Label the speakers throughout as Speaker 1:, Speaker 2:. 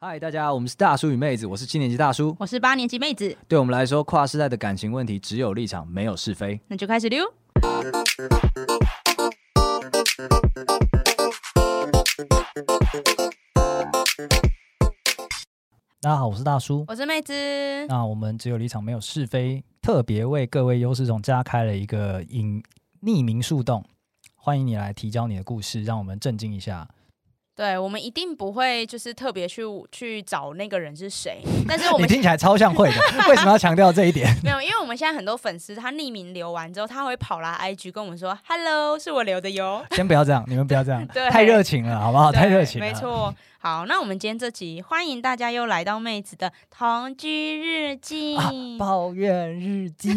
Speaker 1: 嗨，大家，我们是大叔与妹子，我是七年级大叔。
Speaker 2: 我是八年级妹子，
Speaker 1: 对我们来说，跨世代的感情问题只有立场，没有是非。
Speaker 2: 那就开始溜。
Speaker 1: 大家好，我是大叔。
Speaker 2: 我是妹子，哦
Speaker 1: 那我们只有立场，没有是非，特别为各位优势总加开了一个隐匿名树洞，欢迎你来提交你的故事，让我们震惊一下。
Speaker 2: 对我们一定不会就是特别去去找那个人是 谁，但是我
Speaker 1: 你
Speaker 2: 们
Speaker 1: 听起来超像 会的，为什么要强调这一点？
Speaker 2: 没有，因为我们现在很多粉丝他匿名留完之后，他会跑来 IG 跟我们说，Hello，是我留的哟。
Speaker 1: 先不要这样，你们不要这样，
Speaker 2: 对
Speaker 1: 太热情了，好
Speaker 2: 哦
Speaker 1: 不好？太热情了，
Speaker 2: 对没。错。好，那我们今天这集欢迎大家又来到妹子的同居日记。
Speaker 1: 啊，抱怨日 记。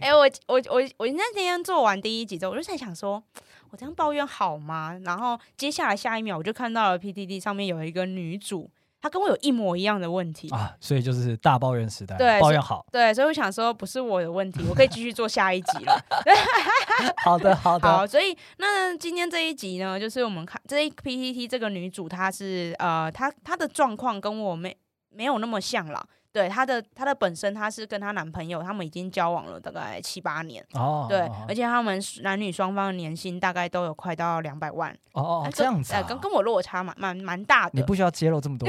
Speaker 2: 哎、我我我我那天做完第一集之后，我就在想说，我这样抱怨好吗？然后接下来下一秒，我就看到了 PTT 上面有一个女主，她跟我有一模一样的问题。
Speaker 1: 啊，所以就是大抱怨时代，
Speaker 2: 对
Speaker 1: 抱怨好，
Speaker 2: 对，所以我想说，不是我的问题，我可以继续做下一集了。
Speaker 1: 好的， 好的，
Speaker 2: 好，所以那今天这一集呢，就是我们看这一 PTT 这个女主，她是呃，她她的状况跟我没没有那么像啦。对，她的她的本身，她是跟她男朋友，他们已经交往了大概七八年。
Speaker 1: 哦，
Speaker 2: 对
Speaker 1: 哦，
Speaker 2: 而且他们男女双方的年薪大概都有快到两百万，
Speaker 1: 哦
Speaker 2: 哎
Speaker 1: 哦，这样子啊
Speaker 2: 呃，跟跟我落差蛮蛮蛮大
Speaker 1: 你
Speaker 2: 的。
Speaker 1: 不需要揭露这 么多，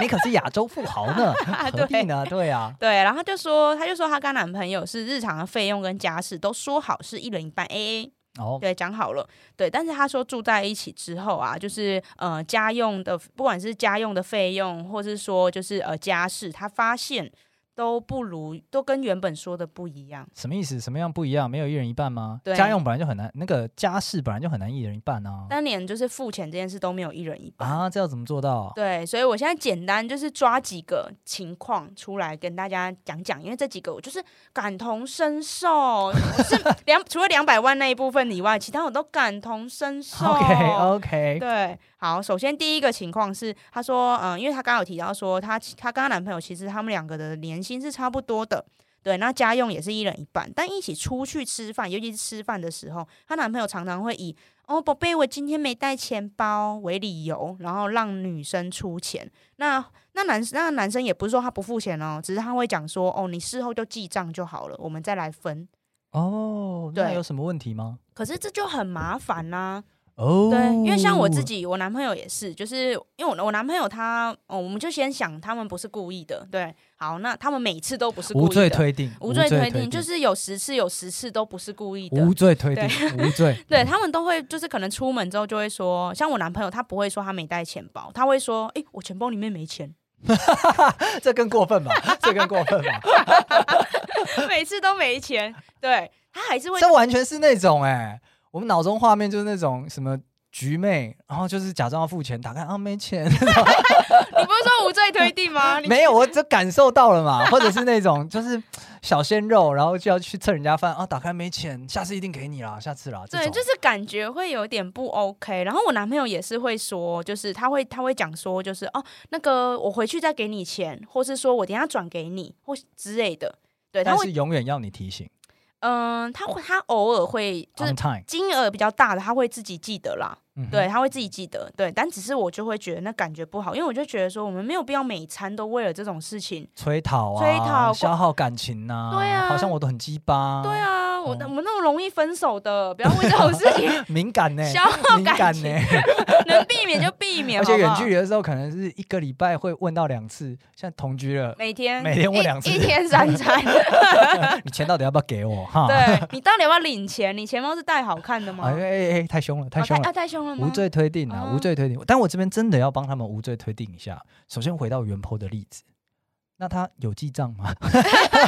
Speaker 1: 你可是亚洲富豪呢，何必呢？对啊，
Speaker 2: 对，然后他就说，他就说他跟男朋友是日常的费用跟家事都说好是一人一半 A A，
Speaker 1: 哦，
Speaker 2: 对，讲好了，对。但是他说住在一起之后啊，就是呃家用的，不管是家用的费用，或是说就是呃家事，他发现都不如，都跟原本说的不一样。
Speaker 1: 什么意思？什么样不一样？没有一人一半吗？
Speaker 2: 对
Speaker 1: 家用本来就很难，那个家事本来就很难一人一半啊。
Speaker 2: 但连就是付钱这件事都没有一人一半。
Speaker 1: 啊，这要怎么做到？
Speaker 2: 对，所以我现在简单就是抓几个情况出来跟大家讲讲，因为这几个我就是感同身受，我是两 除了两百万那一部分以外，其他我都感同身受。
Speaker 1: OK 哦 OK，
Speaker 2: 对，好，首先第一个情况是，她说，嗯、因为她刚刚有提到说，她她跟她男朋友其实他们两个的年薪是差不多的，对，那家用也是一人一半，但一起出去吃饭，尤其是吃饭的时候，她男朋友常常会以“哦，宝贝，我今天没带钱包”为理由，然后让女生出钱。那那男那男生也不是说他不付钱哦，只是他会讲说：“哦，你事后就记账就好了，我们再来分。
Speaker 1: 哦，那
Speaker 2: 对
Speaker 1: 有什么问题吗？”
Speaker 2: 可是这就很麻烦呐、
Speaker 1: 哦，
Speaker 2: 对，因为像我自，己，我男朋友也是，就是因为我我男朋友他，哦，我们就先想他们不是故意的，对，好，那他们每次都不是故
Speaker 1: 无
Speaker 2: 意的，
Speaker 1: 罪推定，
Speaker 2: 无罪推定，
Speaker 1: 定
Speaker 2: 就是有十次有十次都不是故意的。
Speaker 1: 无，罪推定，无罪
Speaker 2: 对他们都会就是可能出门之后就会说，像我男朋友他不会说他没带钱包，他会说，诶，我钱包里面没钱，
Speaker 1: 这更过分吧？这更过分吧？
Speaker 2: 每次都没钱，对他还是会，
Speaker 1: 这完全是那种哎、我们脑中画面就是那种什么局妹，然后就是假装要付钱，打开啊没钱，
Speaker 2: 你不是说无罪推定吗？哦 你
Speaker 1: 没有，我这感受到了嘛，或者是那种就是小鲜肉，然后就要去蹭人家饭啊，打开没钱，下次一定给你啦，下次啦，这
Speaker 2: 对，
Speaker 1: 种
Speaker 2: 就是感觉会有点不 OK。然后我男朋友也是会说，就是他会他会讲说，就是哦，那个我回去再给你钱，或是说我等一下转给你，或是之类的。对，他
Speaker 1: 但
Speaker 2: 会
Speaker 1: 是永远要你提醒
Speaker 2: 嗯、他会他偶尔会就是
Speaker 1: on time，
Speaker 2: 金额比较大的，他会自己记得啦。
Speaker 1: 嗯嗯哼
Speaker 2: 对，他会自己记得。对，但只是我就会觉得那感觉不好，因为我就觉得说我们没有必要每餐都为了这种事情。
Speaker 1: 催讨啊，
Speaker 2: 催讨
Speaker 1: 消耗感情呐、
Speaker 2: 对啊
Speaker 1: 好像我都很鸡巴，
Speaker 2: 对，啊，我、
Speaker 1: 哦
Speaker 2: 我们那么容易分手的，不要为这种事 情
Speaker 1: 敏感呢、
Speaker 2: 消耗
Speaker 1: 敏
Speaker 2: 感
Speaker 1: 感呢、
Speaker 2: 情，能避免就避免。
Speaker 1: 而且
Speaker 2: 好不
Speaker 1: 远
Speaker 2: 好
Speaker 1: 距离的时候，可能是一个礼拜会问到两次，现在同居 了，
Speaker 2: 每天
Speaker 1: 每天问
Speaker 2: 一
Speaker 1: 两次
Speaker 2: 一天三 餐。
Speaker 1: 你钱到底要不要给我哈？
Speaker 2: 对你到底要不要领钱？你钱包是带好看的吗？
Speaker 1: 啊哎哎哎，太凶了，太
Speaker 2: 哦
Speaker 1: 凶
Speaker 2: 啊，
Speaker 1: 了。
Speaker 2: 太凶了吗？
Speaker 1: 无罪推定啊，
Speaker 2: 哦
Speaker 1: 无罪推定。但我这边真的要帮他们无罪推定一下。首先回到原 p 的例子，那他有记账吗？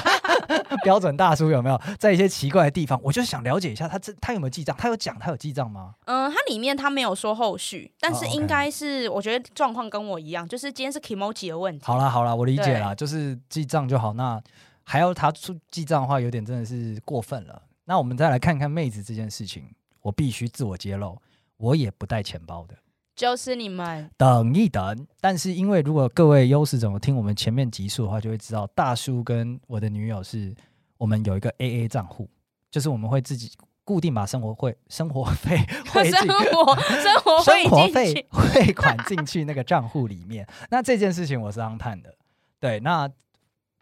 Speaker 1: 标准大叔有没有在一些奇怪的地方？我就想了解一下他这他有没有记账？他有讲他有记账吗？
Speaker 2: 嗯，它里面它没有说后续，但是
Speaker 1: 哦，OK
Speaker 2: 应该是我觉得状况跟我一样，就是今天是 emoji 的问题。
Speaker 1: 好啦好啦，我理解啦，就是记账就好。那还要他出记账的话，有点真的是过分了。那我们再来看看妹子这件事情，我必须自我揭露，我也不带钱包的。
Speaker 2: 就是你 们
Speaker 1: 等一等。但是因为如果各位优势怎么听我们前面集数的话，就会知道大叔跟我的女友是我们有一个 AA 账户，就是我们会自己固定把生活会生活费 汇
Speaker 2: 生
Speaker 1: 进
Speaker 2: 活生活
Speaker 1: 生活
Speaker 2: 费进
Speaker 1: 费
Speaker 2: 去
Speaker 1: 汇款进去那个账户里面。那这件事情我是让判的，对，那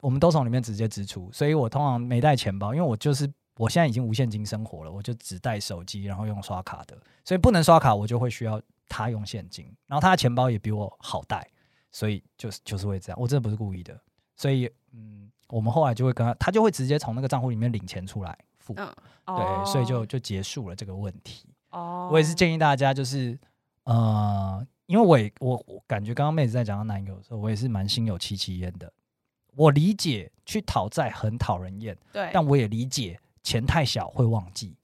Speaker 1: 我们都从里面直接支出，所以我通常没带钱包，因为我就是我现在已经无现金生活了，我就只带手机，然后用刷卡的，所以不能刷卡，我就会需要他用现金，然后他的钱包也比我好带，所以就是就是会这样，我真的不是故意的，所以嗯，我们后来就会跟他，他就会直接从那个账户里面领钱出来付，
Speaker 2: 嗯，哦
Speaker 1: 对，所以就就结束了这个问题。
Speaker 2: 哦，
Speaker 1: 我也是建议大家就是，呃，因为我也我我感觉刚刚妹子在讲到男友的时候，我也是蛮心有戚戚焉的。我理解去讨债很讨人厌，
Speaker 2: 对，
Speaker 1: 但我也理解钱太小会忘 记，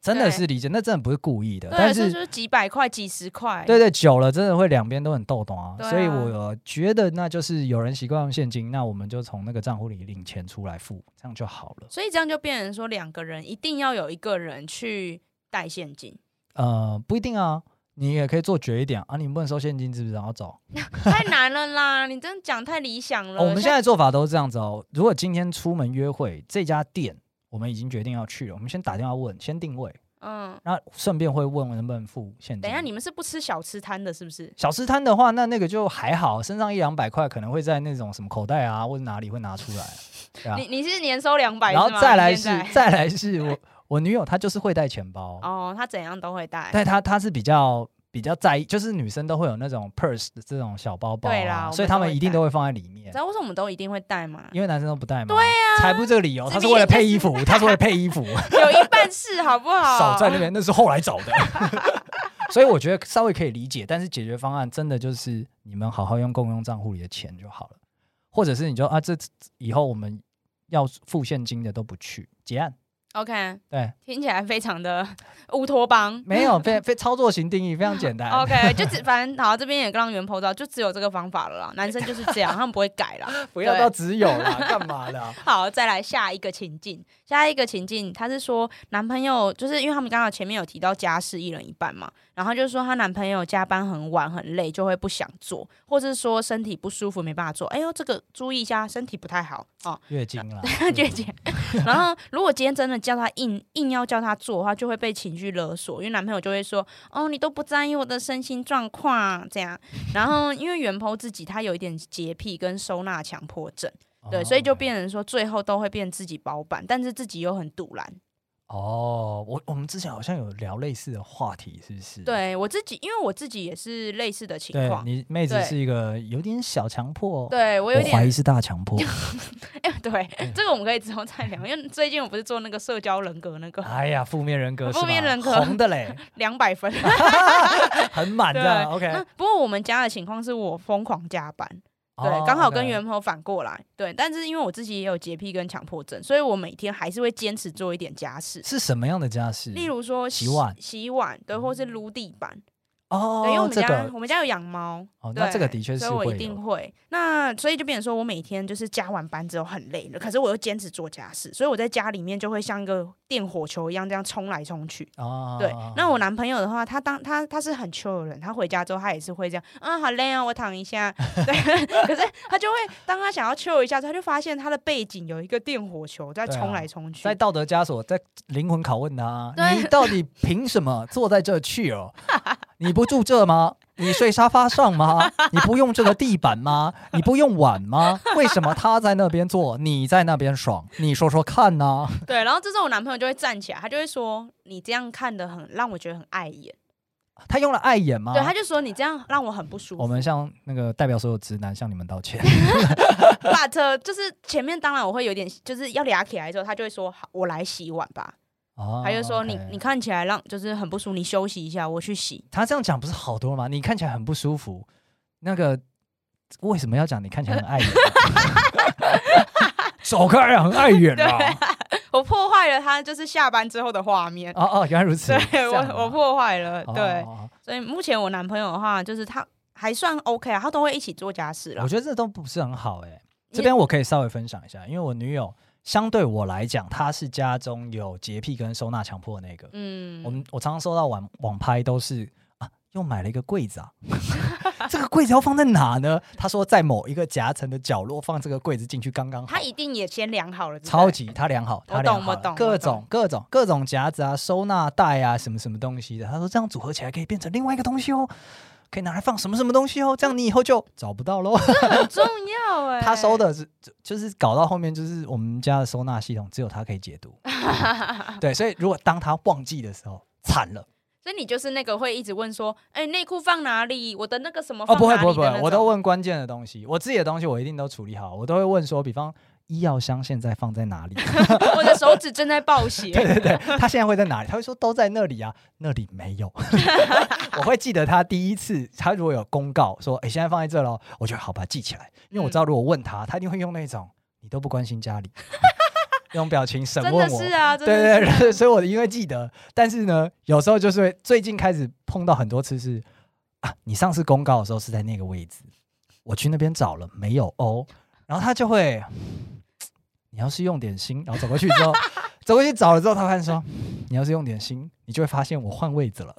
Speaker 1: 真的
Speaker 2: 对
Speaker 1: 是理解，那真的不是故意的。
Speaker 2: 对
Speaker 1: 但
Speaker 2: 这
Speaker 1: 是
Speaker 2: 就是几百块、几十块，
Speaker 1: 对对，久了真的会两边都很逗懂啊。
Speaker 2: 对
Speaker 1: 所以
Speaker 2: 啊
Speaker 1: 我觉得那就是有人习惯用现金，那我们就从那个账户里领钱出来付，这样就好了。
Speaker 2: 所以这样就变成说，两个人一定要有一个人去带现金，
Speaker 1: 呃，不一定啊，你也可以做绝一点啊，你不能收现金，是不是？然后走。
Speaker 2: 太难了啦！你真的讲太理想了。
Speaker 1: 哦我们现在做法都是这样子哦。如果今天出门约会，这家店我们已经决定要去了，我们先打电话问，先定位，
Speaker 2: 嗯，
Speaker 1: 然后顺便会问能不能付现金。
Speaker 2: 等一下你们是不吃小吃摊的，是不是？
Speaker 1: 小吃摊的话，那那个就还好，身上一两百块可能会在那种什么口袋啊或者哪里会拿 出来，对啊。
Speaker 2: 你你是年收两百，
Speaker 1: 然后
Speaker 2: 是吗
Speaker 1: 再来
Speaker 2: 你
Speaker 1: 是
Speaker 2: 现在
Speaker 1: 再来是我我女友她就是会带钱包，
Speaker 2: 哦，他怎样都会带。
Speaker 1: 但她她是比较。比较在意，就是女生都会有那种 purse 的这种小包包、啊，
Speaker 2: 对啦我
Speaker 1: 所以
Speaker 2: 们
Speaker 1: 她
Speaker 2: 都
Speaker 1: 们
Speaker 2: 会
Speaker 1: 一定
Speaker 2: 带
Speaker 1: 都会放在里面
Speaker 2: 你知。道为什么我们都一定会带吗？
Speaker 1: 因为男生都不带嘛。对
Speaker 2: 啊
Speaker 1: 呀、才不是这个理由，
Speaker 2: 这
Speaker 1: 他是
Speaker 2: 明
Speaker 1: 为了
Speaker 2: 明就
Speaker 1: 配衣服，他是为了配衣服，
Speaker 2: 有一半是好不好？
Speaker 1: 少在那边，那是后来找的。 所以我觉得稍微可以理解，但是解决方案真的就是你们好好用共用账户里的钱就好了，或者是你就啊，这以后我们要付现金的都不去结案，
Speaker 2: OK，
Speaker 1: 对，
Speaker 2: 听起来非常的乌托邦。
Speaker 1: 没 有非非操作型定义非常简单。
Speaker 2: OK，就只反正好，这边也让原 po 到，就只有这个方法了啦。男生就是这样，他们不会改啦。
Speaker 1: 不要到只有啦，干嘛的啊、
Speaker 2: 好，再来下一个情境，下一个情境，她是说男朋友就是因为他们刚好前面有提到家事一人一半嘛，然后就是说她男朋友加班很晚很累，就会不想做，或是说身体不舒服没办法做，哎呦这个注意一下，身体不太好哦，
Speaker 1: 月经啦，
Speaker 2: 月经。 然后如果今天真的叫她硬硬要叫她做的话，就会被情绪勒索，因为男朋友就会说哦你都不在意我的身心状况啊这样，然后因为袁鹏自己他有一点洁癖跟收纳强迫症。
Speaker 1: 哦嗯
Speaker 2: 对，所以就变成说最后都会变自己包办，但是自己又很堵拦。
Speaker 1: 嗯哦。我我们之前好像有聊类似的话题，是不是？
Speaker 2: 对我自己，因为我自己也是类似的情
Speaker 1: 对
Speaker 2: 况，
Speaker 1: 你妹子
Speaker 2: 对
Speaker 1: 是一个有点小强迫，
Speaker 2: 对我有
Speaker 1: 我怀疑
Speaker 2: 点哎
Speaker 1: 是嗯大强迫。
Speaker 2: 对 这个我们可以之后再聊，因为最近我不是做那个社交人格那个
Speaker 1: 哎呀，负面人格是吧，
Speaker 2: 负面人格
Speaker 1: 红的 嘞，
Speaker 2: 两 百分。
Speaker 1: 很满
Speaker 2: 对
Speaker 1: 的。OK，
Speaker 2: 那 不过我们家的情况是我疯狂加班，
Speaker 1: 哦
Speaker 2: 对，刚好跟原朋反过来，对。但是因为我自己也有洁癖跟强迫症，所以我每天还是会坚持做一点家事，
Speaker 1: 是什么样的家事？
Speaker 2: 例如说
Speaker 1: 洗碗嗯
Speaker 2: 洗碗对，或是撸地板，
Speaker 1: 哦，
Speaker 2: 对，因为我们
Speaker 1: 这
Speaker 2: 家、
Speaker 1: 个
Speaker 2: 我们家有养猫，
Speaker 1: 哦，
Speaker 2: 对，
Speaker 1: 那这个的确是
Speaker 2: 所以我
Speaker 1: 会
Speaker 2: 一定
Speaker 1: 有
Speaker 2: 会。那所以就变成说我每天就是加完班之后很累了，可是我又坚持做家事，所以我在家里面就会像一个电火球一样这样冲来冲去。
Speaker 1: 哦。
Speaker 2: 对，那我男朋友的话，他当他他是很 chill 的人，他回家之后他也是会这样，啊，好累啊，我躺 一下。对，可是他就会当他想要 chill 一下之后，他就发现他的背景有一个电火球在
Speaker 1: 对啊
Speaker 2: 冲来冲去。
Speaker 1: 在道德枷锁，在灵魂拷问他，
Speaker 2: 对
Speaker 1: 你到底凭什么坐在这去 哦？你不住这吗？你睡沙发上吗？你不用这个地板吗？你不用碗吗？为什么他在那边坐，你在那边爽？你说说看呐、
Speaker 2: 对，然后这时候我男朋友就会站起来，他就会说：“你这样看的很让我觉得很碍眼。
Speaker 1: 他用了碍眼吗？
Speaker 2: 对，他就说：“你这样让我很不舒
Speaker 1: 啊
Speaker 2: 服。”
Speaker 1: 我们向那个代表所有直男向你们道歉。
Speaker 2: but 就是前面当然我会有点，就是要俩起来之后，他就会说好我来洗碗吧，
Speaker 1: 哦
Speaker 2: 他就说你
Speaker 1: OK
Speaker 2: 你看起来让就是很不舒服，你休息一下，我去洗。
Speaker 1: 他这样讲不是好多了吗？你看起来很不舒服，那个为什么要讲你看起来很碍眼？走开啊，很 碍眼啊！
Speaker 2: 我破坏了他就是下班之后的画面，
Speaker 1: 哦哦，原来如此。
Speaker 2: 对
Speaker 1: 这样啊
Speaker 2: 我我破坏了，
Speaker 1: 哦
Speaker 2: 对，
Speaker 1: 哦
Speaker 2: 所以目前我男朋友的话，就是他还算 OK 啊，他都会一起做家事
Speaker 1: 哦
Speaker 2: 啦
Speaker 1: 我。觉得这都不是很好哎、
Speaker 2: 你
Speaker 1: 这边我可以稍微分享一下，因为我女友相对我来讲，她是家中有洁癖跟收纳强迫的那个。
Speaker 2: 嗯
Speaker 1: 我，们我常常收到网网拍都是啊，又又买了一个柜子啊， 这个柜子要放在哪呢？他说在某一个夹层的角落放这个柜子进去刚刚好
Speaker 2: 他。一定也先量好了，对不对
Speaker 1: 超级他量好，
Speaker 2: 我
Speaker 1: 他量
Speaker 2: 懂
Speaker 1: 好
Speaker 2: 我
Speaker 1: 了
Speaker 2: 懂
Speaker 1: 各
Speaker 2: 我
Speaker 1: 种
Speaker 2: 懂
Speaker 1: 各种各种夹子啊、收纳袋啊、什么什么东西的。他说这样组合起来可以变成另外一个东西哦，可以拿来放什么什么东西哦，这样你以后就找不到喽。
Speaker 2: 很重要哎、
Speaker 1: 他收，的是就就是搞到后面，就是我们家的收纳系统只有他可以解 读。对，所以如果当他忘记的时候，惨了
Speaker 2: 所以你就是那个会一直问说，哎、内裤放哪里？我的那个什么
Speaker 1: 哦！
Speaker 2: 放
Speaker 1: 不
Speaker 2: 哪
Speaker 1: 会
Speaker 2: 里
Speaker 1: 不会不
Speaker 2: 的
Speaker 1: 会，
Speaker 2: 那
Speaker 1: 我都
Speaker 2: 种
Speaker 1: 问关键的东西，我自己的东西我一定都处理好，我都会问说，比方医药箱现在放在哪 里？
Speaker 2: 我的手指正在爆血，
Speaker 1: 对对对，他现在会在哪里？他会说都在那里啊，那里没 有。我会记得他第一次，他如果有公告说，哎、现在放在这喽，我就好把它记起来，因为
Speaker 2: 嗯
Speaker 1: 我知道如果问他，他一定会用那种你都不关心 家里，那种表情审
Speaker 2: 真
Speaker 1: 问
Speaker 2: 的
Speaker 1: 我。
Speaker 2: 是啊，真的
Speaker 1: 对对
Speaker 2: 是 啊
Speaker 1: 对，所以我因为记得，但是呢，有时候就是会最近开始碰到很多次是啊，你上次公告的时候是在那个位置，我去那边找了没有哦，然后他就会，你要是用点心，然后走过去之后，走过去找了之后，他会说，你要是用点心，你就会发现我换位置了。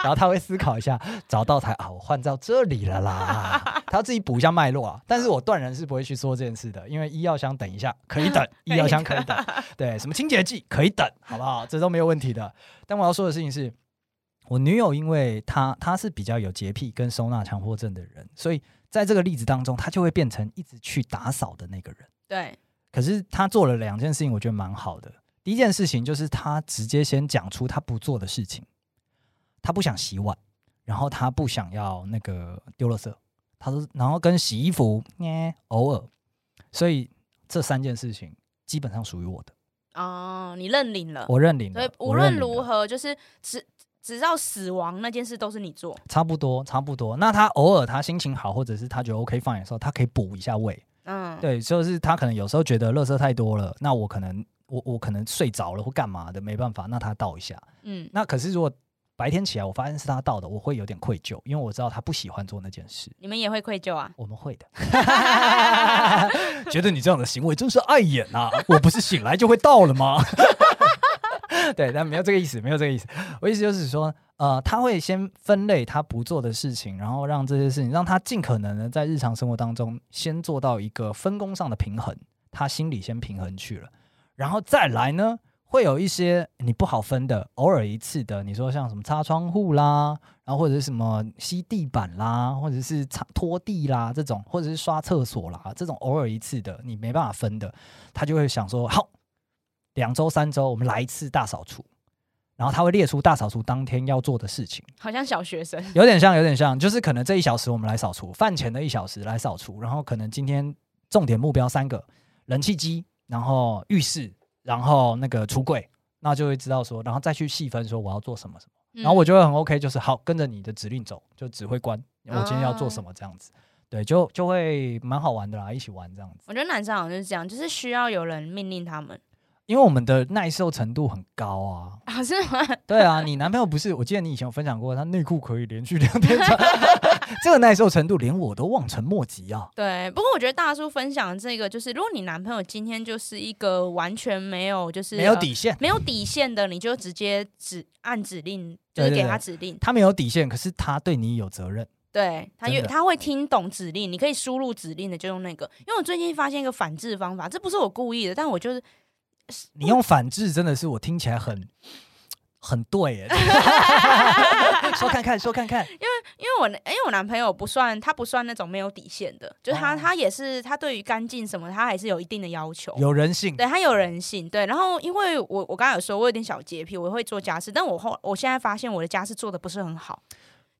Speaker 1: 然后他会思考一下，找到才啊，我换到这里了啦。他自己补一下脉络啊，但是我断然是不会去说这件事的，因为医药箱等一下可以等，医药箱可以等，对，什么清洁剂可以等，好不好？这都没有问题的。但我要说的事情是，我女友因为她她是比较有洁癖跟收纳强迫症的人，所以在这个例子当中，她就会变成一直去打扫的那个人。
Speaker 2: 对，
Speaker 1: 可是她做了两件事情，我觉得蛮好的。第一件事情就是她直接先讲出她不做的事情，她不想洗碗，然后她不想要那个丢垃圾，她说，然后跟洗衣服，耶，偶尔，所以这三件事情基本上属于我的。
Speaker 2: 哦，你认领了，
Speaker 1: 我认领
Speaker 2: 所
Speaker 1: 了
Speaker 2: 以，无
Speaker 1: 我认
Speaker 2: 论
Speaker 1: 领
Speaker 2: 如
Speaker 1: 了
Speaker 2: 何，就是只只要死亡那件事都是你做，
Speaker 1: 差不多，差不多。那他偶尔他心情好，或者是他觉得 OK fine 的时候，他可以补一下位。
Speaker 2: 嗯，
Speaker 1: 对，就是他可能有时候觉得垃圾太多了，那我可能我我可能睡着了或干嘛的，没办法，那他倒一下。
Speaker 2: 嗯，
Speaker 1: 那可是如果白天起来我发现是他倒的，我会有点愧疚，因为我知道他不喜欢做那件事。
Speaker 2: 你们也会愧疚啊，
Speaker 1: 我们会的，觉得你这样的行为真是碍眼啊！我不是醒来就会到了吗？ 对，但没有这个意思，没有这个意思。我意思就是说，呃，他会先分类他不做的事情，然后让这些事情让他尽可能的在日常生活当中先做到一个分工上的平衡，他心里先平衡去了，然后再来呢，会有一些你不好分的，偶尔一次的，你说像什么擦窗户啦，然后或者是什么吸地板啦，或者是擦拖地啦这种，或者是刷厕所啦这种偶尔一次的，你没办法分的，他就会想说，好，两周三周我们来一次大扫除，然后他会列出大扫除当天要做的事情，
Speaker 2: 好像小学生，
Speaker 1: 有点像，有点像，就是可能这一小时我们来扫除，饭前的一小时来扫除，然后可能今天重点目标三个：冷气机，然后浴室，然后那个橱柜，那就会知道说，然后再去细分说我要做什么什么。然
Speaker 2: 嗯
Speaker 1: 后我就会很 OK，就是好跟着你的指令走，就指挥官，我今天要
Speaker 2: 啊
Speaker 1: 做什么这样子，对，就就会蛮好玩的啦，一起玩这样子。
Speaker 2: 我觉得男生好像就是这样，就是需要有人命令他们，
Speaker 1: 因为我们的耐受程度很高啊，
Speaker 2: 啊，是吗？
Speaker 1: 对啊，你男朋友不是？我记得你以前有分享过，他内裤可以连续两天穿， 这个耐受程度连我都望尘莫及啊。
Speaker 2: 对，不过我觉得大叔分享这个，就是如果你男朋友今天就是一个完全没有就是
Speaker 1: 没有
Speaker 2: 呃
Speaker 1: 底线，
Speaker 2: 没有底线的，你就直接指按指令，
Speaker 1: 对
Speaker 2: 就是
Speaker 1: 对
Speaker 2: 给
Speaker 1: 对
Speaker 2: 他指令，
Speaker 1: 他没有底线，可是他对你有责任。
Speaker 2: 对他
Speaker 1: 真
Speaker 2: 有
Speaker 1: 的嗯
Speaker 2: 他会听懂指令，你可以输入指令的就用那个。因为我最近发现一个反制方法，这不是我故意的，但我就是
Speaker 1: 你用反制真的是我听起来很很对耶。 说看看，说看看，
Speaker 2: 因为我因为我男朋友不算他不算那种没有底线的，就是他、
Speaker 1: 哦
Speaker 2: 他也是他对于干净什么他还是有一定的要求。
Speaker 1: 有人性。
Speaker 2: 对他有人性，对，然后因为我我刚才有说，我有点小洁癖，我会做家事，但我后我现在发现我的家事做的不是很好，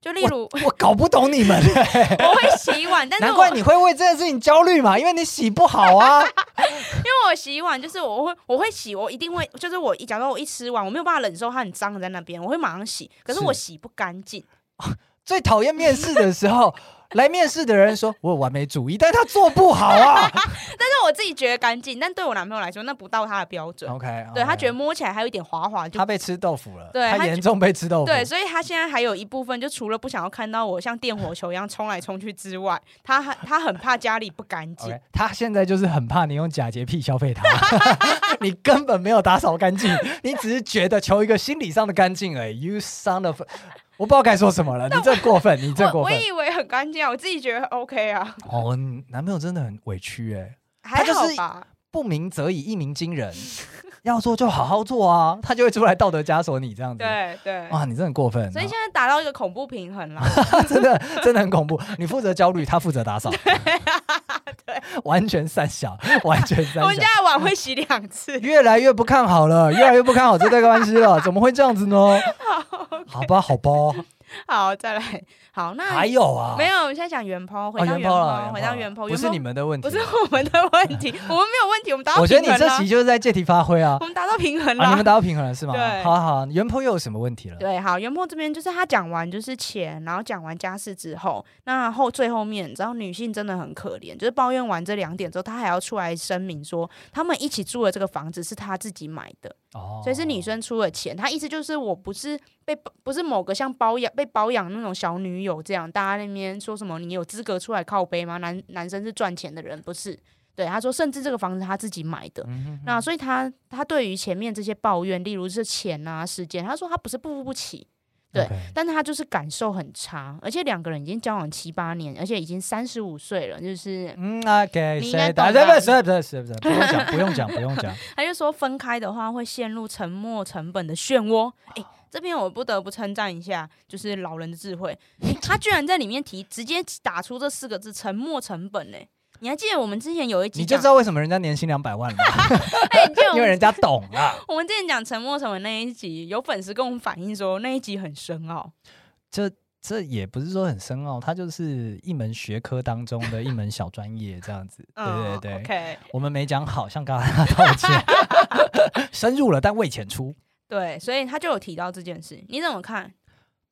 Speaker 2: 就例 如
Speaker 1: 我搞不懂你们，
Speaker 2: 我会洗碗，但是
Speaker 1: 难
Speaker 2: 我
Speaker 1: 怪你会为这件事情焦虑嘛，因为你洗不好啊。
Speaker 2: 因为我洗碗就是我会我会洗，我一定会就是我一假如我一吃完，我没有办法忍受它很脏的在那边，我会马上洗，可是
Speaker 1: 是
Speaker 2: 我洗不干净，
Speaker 1: 最讨厌面试的时候，来面试的人说我有完美主义，但是他做不好 啊。
Speaker 2: 但是我自己觉得干净，但对我男朋友来说那不到他的标准，
Speaker 1: OK，
Speaker 2: 对他觉得摸起来还有一点滑滑，就
Speaker 1: 哦他被吃豆腐了，
Speaker 2: 对
Speaker 1: 他
Speaker 2: 他
Speaker 1: 严重被吃豆腐。
Speaker 2: 对，所以他现在还有一部分，就除了不想要看到我像电火球一样冲来冲去之外，他很他很怕家里不干净
Speaker 1: OK，。他现在就是很怕你用假洁癖消费他， 你根本没有打扫干净，你只是觉得求一个心理上的干净而已。You son of 我不知道该说什么了，你这过分，你这
Speaker 2: 我
Speaker 1: 过
Speaker 2: 我
Speaker 1: 分。
Speaker 2: 以为很干净啊，我自己觉得 OK 啊，
Speaker 1: 哦，你男朋友真的很委屈哎、
Speaker 2: 还
Speaker 1: 就
Speaker 2: 好
Speaker 1: 是
Speaker 2: 吧。
Speaker 1: 不鸣则已，一鸣惊人。要做就好好做啊， 他就会出来道德枷锁你这样子。
Speaker 2: 对对，
Speaker 1: 哇，你真的很过分。啊
Speaker 2: 所以现在达到一个恐怖平衡 啦。
Speaker 1: 真的真的很恐怖。你负责焦虑，他负责 打扫，完全三小， 完全
Speaker 2: 我
Speaker 1: 三
Speaker 2: 们
Speaker 1: 小。，
Speaker 2: 家的碗会洗两次
Speaker 1: 越来越不看好 了，越来越不看好这段关系了，怎么会这样子呢？好吧，好吧，
Speaker 2: 好，再来，好，那
Speaker 1: 还有啊，
Speaker 2: 没有，我们现在讲原抛，回
Speaker 1: 哦
Speaker 2: 到
Speaker 1: 原
Speaker 2: 原
Speaker 1: 抛了，
Speaker 2: 回到原
Speaker 1: 抛
Speaker 2: 抛，
Speaker 1: 了，不
Speaker 2: 原
Speaker 1: 是
Speaker 2: 抛
Speaker 1: 你们的问题，
Speaker 2: 不是我们的问 题，我们没有问题，我们达到
Speaker 1: 我觉
Speaker 2: 平
Speaker 1: 得你
Speaker 2: 衡
Speaker 1: 这
Speaker 2: 了
Speaker 1: 期，就是在借题发挥啊
Speaker 2: 啊我，们达到平衡
Speaker 1: 啊，你
Speaker 2: 了
Speaker 1: 们。达到平衡了是吗？
Speaker 2: 对
Speaker 1: 好啊好啊，原朋友有什么问题了？
Speaker 2: 对，好，元末这边就是他讲完就是钱，然后讲完家事之后，那后最后面，你知道女性真的很可怜，就是抱怨完这两点之后，她还要出来声明说，他们一起住的这个房子是她自己买的，
Speaker 1: 哦
Speaker 2: 所以是女生出了钱。她意思就是我不是被不是某个像包养被包养那种小女友这样，大家那边说什么你有资格出来靠背吗？男男生是赚钱的人，不是？对，他说，甚至这个房子他自己买的，那所以他他对于前面这些抱怨，例如是钱啊、时间，他说他不是不付不起，对
Speaker 1: OK
Speaker 2: 但是他就是感受很差，而且两个人已经交往七八年，而且已经三十五岁了，就是
Speaker 1: 嗯，OK，
Speaker 2: 你应
Speaker 1: 谁
Speaker 2: 该
Speaker 1: 打？
Speaker 2: 懂吧
Speaker 1: 不是不是不是不是，不用讲，不用讲， 不用讲。
Speaker 2: 他就说分开的话会陷入沉没成本的漩涡。诶，这边我不得不称赞一下，就是老人的智慧，诶他居然在里面提直接打出这四个字“沉没成本”呢。你还记得我们之前有一集
Speaker 1: 你就
Speaker 2: 讲
Speaker 1: 知，道为什么人家年薪两百万了吧，
Speaker 2: 哎，你记得我
Speaker 1: 因为
Speaker 2: 们
Speaker 1: 人家懂啊。
Speaker 2: 我们之前讲沉没成本那一集，有粉丝跟我们反映说那一集很深奥。
Speaker 1: 这也不是说很深奥，它就是一门学科当中的一门小专业这样 子。对对对，
Speaker 2: 嗯，OK，
Speaker 1: 我们没讲好，向大家道 歉。深入了，但未浅出。
Speaker 2: 对，所以他就有提到这件事，你怎么看？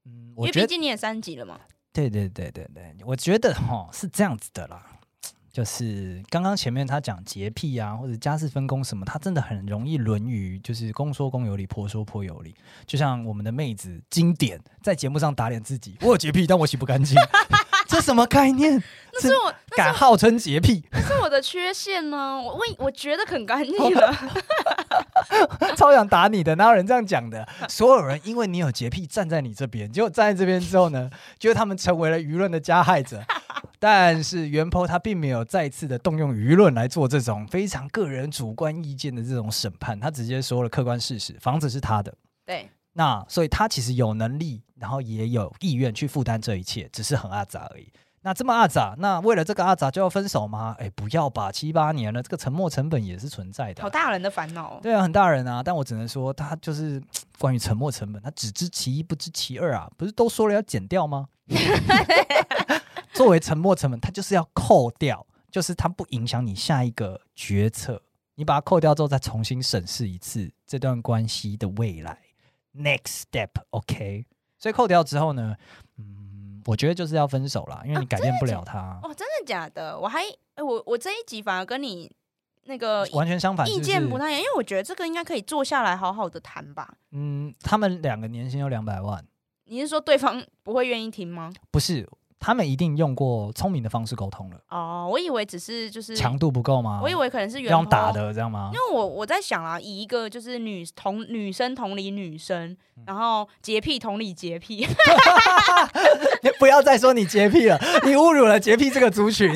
Speaker 1: 嗯，
Speaker 2: 因
Speaker 1: 我
Speaker 2: 为
Speaker 1: 觉
Speaker 2: 毕
Speaker 1: 得
Speaker 2: 竟你也三级了嘛。
Speaker 1: 对对对对对，我觉得哈是这样子的啦，就是刚刚前面他讲洁癖啊，或者家事分工什么，他真的很容易沦于就是公说公有理，婆说婆有理。就像我们的妹子经典在节目上打脸自己，我有洁癖，但我洗不干净， 这什么概念？
Speaker 2: 那
Speaker 1: 是
Speaker 2: 是我，
Speaker 1: 敢号称洁癖，
Speaker 2: 那是我的缺陷呢。我我我觉得很干净
Speaker 1: 哦
Speaker 2: 啊了。
Speaker 1: 超想打你的，哪有人这样讲的？所有人因为你有洁癖站在你这边，结果站在这边之后呢， 就是他们成为了舆论的加害者。 但是袁坡他并没有再次的动用舆论来做这种非常个人主观意见的这种审判，他直接说了客观事实，房子是他的，
Speaker 2: 对，
Speaker 1: 那所以他其实有能力，然后也有意愿去负担这一切，只是很阿杂而已。那这么阿杂，那为了这个阿杂就要分手吗？哎，不要吧，七八年了，这个沉没成本也是存在的啊、
Speaker 2: 好大人的烦恼哦。
Speaker 1: 对啊，很大人啊，但我只能说，他就是关于沉没成本，他只知其一不知其二啊，不是都说了要减掉 吗？ 作为沉没成本，它就是要扣掉，就是它不影响你下一个决策，你把它扣掉之后，再重新审视一次这段关系的未来，next step，OK、所以扣掉之后呢，嗯，我觉得就是要分手啦，因为
Speaker 2: 啊
Speaker 1: 你改变不
Speaker 2: 假
Speaker 1: 了他，
Speaker 2: 哦，真的假的？我还，哎，我我这一集反而跟你那个
Speaker 1: 完全相反是
Speaker 2: 哦意
Speaker 1: 不
Speaker 2: 见
Speaker 1: 是
Speaker 2: 不太一样，因为我觉得这个应该可以坐下来好好的谈吧。
Speaker 1: 嗯，他们两个年薪有两百万。
Speaker 2: 你是说对方不会愿意听吗？
Speaker 1: 不是，他们一定用过聪明的方式沟通了，
Speaker 2: 哦，我以为只是就是，
Speaker 1: 强度不够吗？
Speaker 2: 我以为可能是原
Speaker 1: 要用打
Speaker 2: 抛
Speaker 1: 的，这样吗
Speaker 2: 因？为我我在想啊，以一个就是女同女生同理女生，
Speaker 1: 嗯
Speaker 2: 然后洁癖同理洁癖，
Speaker 1: 你不要再说你洁癖了，你侮辱了洁癖这个族 群。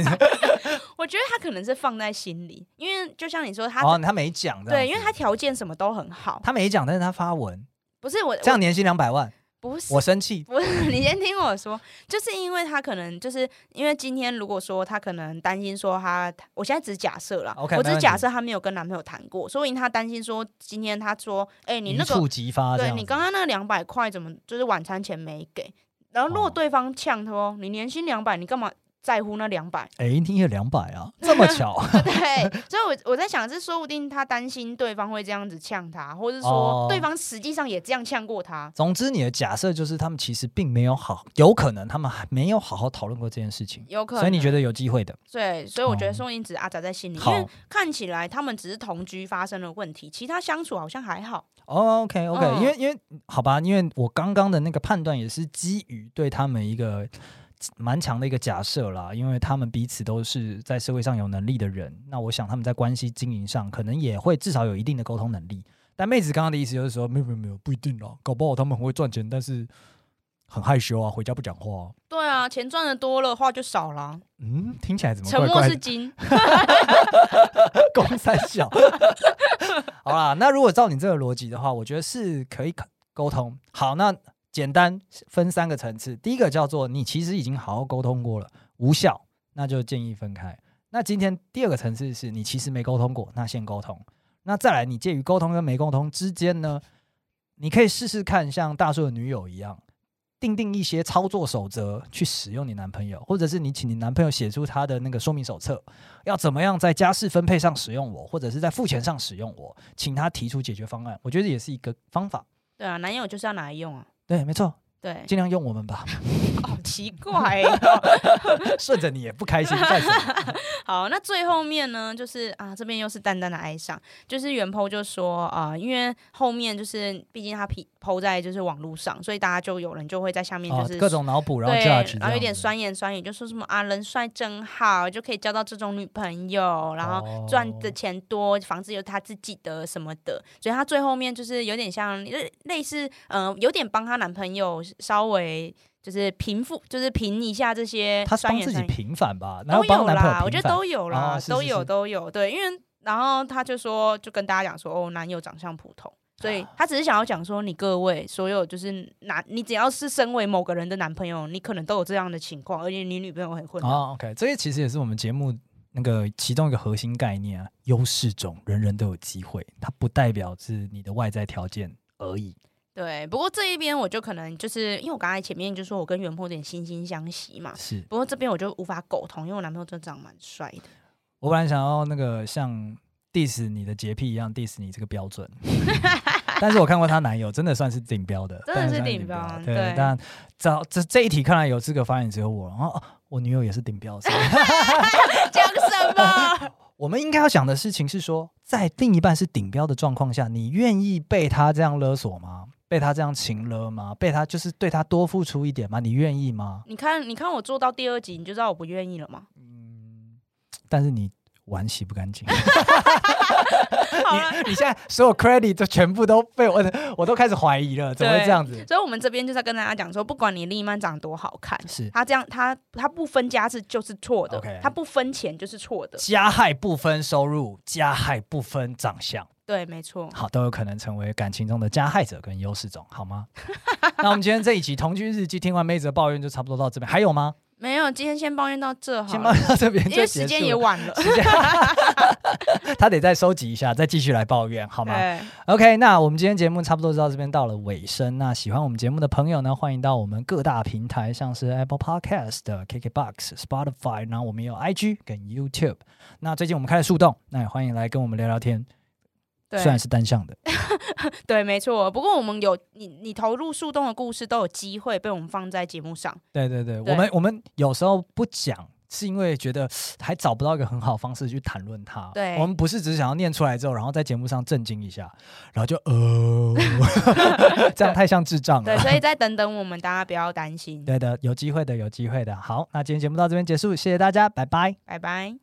Speaker 2: 我觉得她可能是放在心里，因为就像你说她，
Speaker 1: 哦，他没讲，这样
Speaker 2: 对，
Speaker 1: 子
Speaker 2: 因为她条件什么都很好，
Speaker 1: 他没讲，但是他发文，
Speaker 2: 不是我
Speaker 1: 这样年薪两百万，
Speaker 2: 我不是
Speaker 1: 我生气。
Speaker 2: 不 是，你先听我说，就是因为她可能就是因为今天如果说她可能担心说她，我现在只假设啦
Speaker 1: OK，
Speaker 2: 我只
Speaker 1: 没
Speaker 2: 是
Speaker 1: 问
Speaker 2: 假
Speaker 1: 题
Speaker 2: 设她没有跟男朋友谈过，所以她担心说今天她说，哎、你
Speaker 1: 一
Speaker 2: 那个
Speaker 1: 触即发，这
Speaker 2: 对
Speaker 1: 样
Speaker 2: 你
Speaker 1: 子
Speaker 2: 刚刚那个两百块怎么就是晚餐钱没给？然后如果
Speaker 1: 哦
Speaker 2: 对方呛他说你年薪两百，你干嘛在乎那两百？
Speaker 1: 哎，你也两百啊，这么巧，
Speaker 2: 对，所以我我在想，是说不定他担心对方会这样子呛他，或者是
Speaker 1: 哦
Speaker 2: 说对方实际上也这样呛过他。
Speaker 1: 总之，你的假设就是他们其实并没有好，有可能他们还没有好好讨论过这件事情，
Speaker 2: 有可能，
Speaker 1: 所以你觉得有机会的。
Speaker 2: 对，所以我觉
Speaker 1: 哦
Speaker 2: 得宋英子阿宅在心里，因为
Speaker 1: 好
Speaker 2: 看起来他们只是同居发生了问题，其他相处好像还好。
Speaker 1: 哦，OK，OK、o k OK，、
Speaker 2: 嗯
Speaker 1: 因为因为好吧，因为我刚刚的那个判断也是基于对他们一个蛮强的一个假设啦，因为他们彼此都是在社会上有能力的人，那我想他们在关系经营上可能也会至少有一定的沟通能力。但妹子刚刚的意思就是说，没有没有没有，不一定啦，搞不好他们很会赚钱，但是很害羞啊，回家不讲话、啊。
Speaker 2: 对啊，钱赚的多了，话就少了，
Speaker 1: 嗯，听起来怎么
Speaker 2: 沉
Speaker 1: 怪
Speaker 2: 默
Speaker 1: 怪
Speaker 2: 是
Speaker 1: 的？
Speaker 2: 金。
Speaker 1: 公三小。好啦，那如果照你这个逻辑的话，我觉得是可以考沟通。好，那简单分三个层次，第一个叫做你其实已经好好沟通过了，无效，那就建议分开。那今天第二个层次是你其实没沟通过，那先沟通。那再来，你介于沟通跟没沟通之间呢，你可以试试看，像大叔的女友一样，定定一些操作守则去使用你男朋友，或者是你请你男朋友写出他的那个说明手册，要怎么样在家事分配上使用我，或者是在付钱上使用我，请他提出解决方案，我觉得也是一个方法。
Speaker 2: 对啊，男友就是要拿来用啊。
Speaker 1: 对，没错，
Speaker 2: 对，
Speaker 1: 尽量用我们 吧，
Speaker 2: 好哦奇怪、欸。
Speaker 1: 顺着你也不开心，干什么？
Speaker 2: 好，那最后面呢，就是啊，这边又是淡淡的哀伤，就是袁剖就说啊、因为后面就是毕竟他皮剖在就是网络上，所以大家就有人就会在下面
Speaker 1: 哦
Speaker 2: 就是、，
Speaker 1: 各种脑补，然后
Speaker 2: 对
Speaker 1: judge，，
Speaker 2: 然
Speaker 1: 这
Speaker 2: 后有
Speaker 1: 样
Speaker 2: 点
Speaker 1: 子，
Speaker 2: 酸言酸语，就说什么啊，人帅真好，就可以交到这种女朋友，然后赚的
Speaker 1: 哦
Speaker 2: 钱多，房子有他自己的什么的，所以她最后面就是有点像类类似，嗯、有点帮她男朋友稍微就是平复，就是平一下这些
Speaker 1: 他是
Speaker 2: 酸
Speaker 1: 帮
Speaker 2: 言
Speaker 1: 自己
Speaker 2: 酸语。
Speaker 1: 平反吧，然后
Speaker 2: 都有
Speaker 1: 帮男朋友
Speaker 2: 啦，
Speaker 1: 平
Speaker 2: 我觉得
Speaker 1: 反
Speaker 2: 都有啦，
Speaker 1: 哦是
Speaker 2: 都
Speaker 1: 是
Speaker 2: 有
Speaker 1: 是
Speaker 2: 都有。对，因为然后他就说，就跟大家讲说，哦，男友长相普通，所
Speaker 1: 啊
Speaker 2: 以他只是想要讲说，你各位所有就是男，你只要是身为某个人的男朋友，你可能都有这样的情况，而且你女朋友很混乱。
Speaker 1: 哦，OK，这些其实也是我们节目那个其中一个核心概念啊，优势种人人都有机会，它不代表是你的外在条件而已。
Speaker 2: 对，不过这一边我就可能就是因为我刚才前面就说我跟袁坡有点惺惺相惜嘛，
Speaker 1: 是
Speaker 2: 不过这边我就无法苟同，因为我男朋友真的长得蛮帅的。
Speaker 1: 我本来想要那个像 diss 你的洁癖一样 diss 你这个标 准，但是我看过她男友，真的算是顶标的，
Speaker 2: 真的是
Speaker 1: 算
Speaker 2: 顶
Speaker 1: 顶
Speaker 2: 标
Speaker 1: 的
Speaker 2: 对
Speaker 1: 对，但这这这一题看来有资格发言只有我，然后、哦、我女友也是顶标，所以
Speaker 2: 讲什么？
Speaker 1: 我们应该要想的事情是说，在另一半是顶标的状况下，你愿意被他这样勒索吗？被他这样情勒吗？被他就是对他多付出一点吗？你愿意吗？
Speaker 2: 你看，你看我做到第二集，你就知道我不愿意了 嘛。
Speaker 1: 嗯，但是你碗洗不干净，
Speaker 2: 好啊了，
Speaker 1: 你你现在所有 credit 都全部都被我，我都开始怀疑了，怎么会这样子？
Speaker 2: 所以我们这边就是在跟大家讲说，不管你另一半长多好看，
Speaker 1: 是
Speaker 2: 他这样他他不分家是就是错的
Speaker 1: OK
Speaker 2: 他不分钱就是错的。
Speaker 1: 加害不分收入，加害不分长相，
Speaker 2: 对，没错。
Speaker 1: 好，都有可能成为感情中的加害者跟优势种，好 吗？那我们今天这一集同居日记，听完妹子的抱怨就差不多到这边，还有吗？
Speaker 2: 没有，今天先抱怨到这好
Speaker 1: 先抱
Speaker 2: 了，
Speaker 1: 怨到这边就结束了，
Speaker 2: 哦因为时间也晚 了。
Speaker 1: 时间，他得再收集一下，再继续来抱怨，好吗
Speaker 2: 对，
Speaker 1: ？OK，那我们今天节目差不多就到这边到了尾声。那喜欢我们节目的朋友呢，欢迎到我们各大平台，像是 Apple Podcast、KKBox、Spotify，然后我们也有 IG 跟 YouTube。那最近我们开了树洞，那也欢迎来跟我们聊聊天，虽然
Speaker 2: 对，
Speaker 1: 是单向 的，
Speaker 2: 对，没错。不过我们有你，你投入树洞的故事都有机会被我们放在节目上。
Speaker 1: 对对对，
Speaker 2: 对
Speaker 1: 我们我们有时候不讲。是因为觉得还找不到一个很好的方式去谈论它。
Speaker 2: 对
Speaker 1: 我们不是只是想要念出来之后，然后在节目上震惊一下，然后就 呃， 这样太像智障
Speaker 2: 对
Speaker 1: 了，。
Speaker 2: 所以再等等我们，大家不要担心。
Speaker 1: 对的，有机会的，有机会的。好，那今天节目到这边结束，谢谢大家，拜拜。
Speaker 2: 拜拜。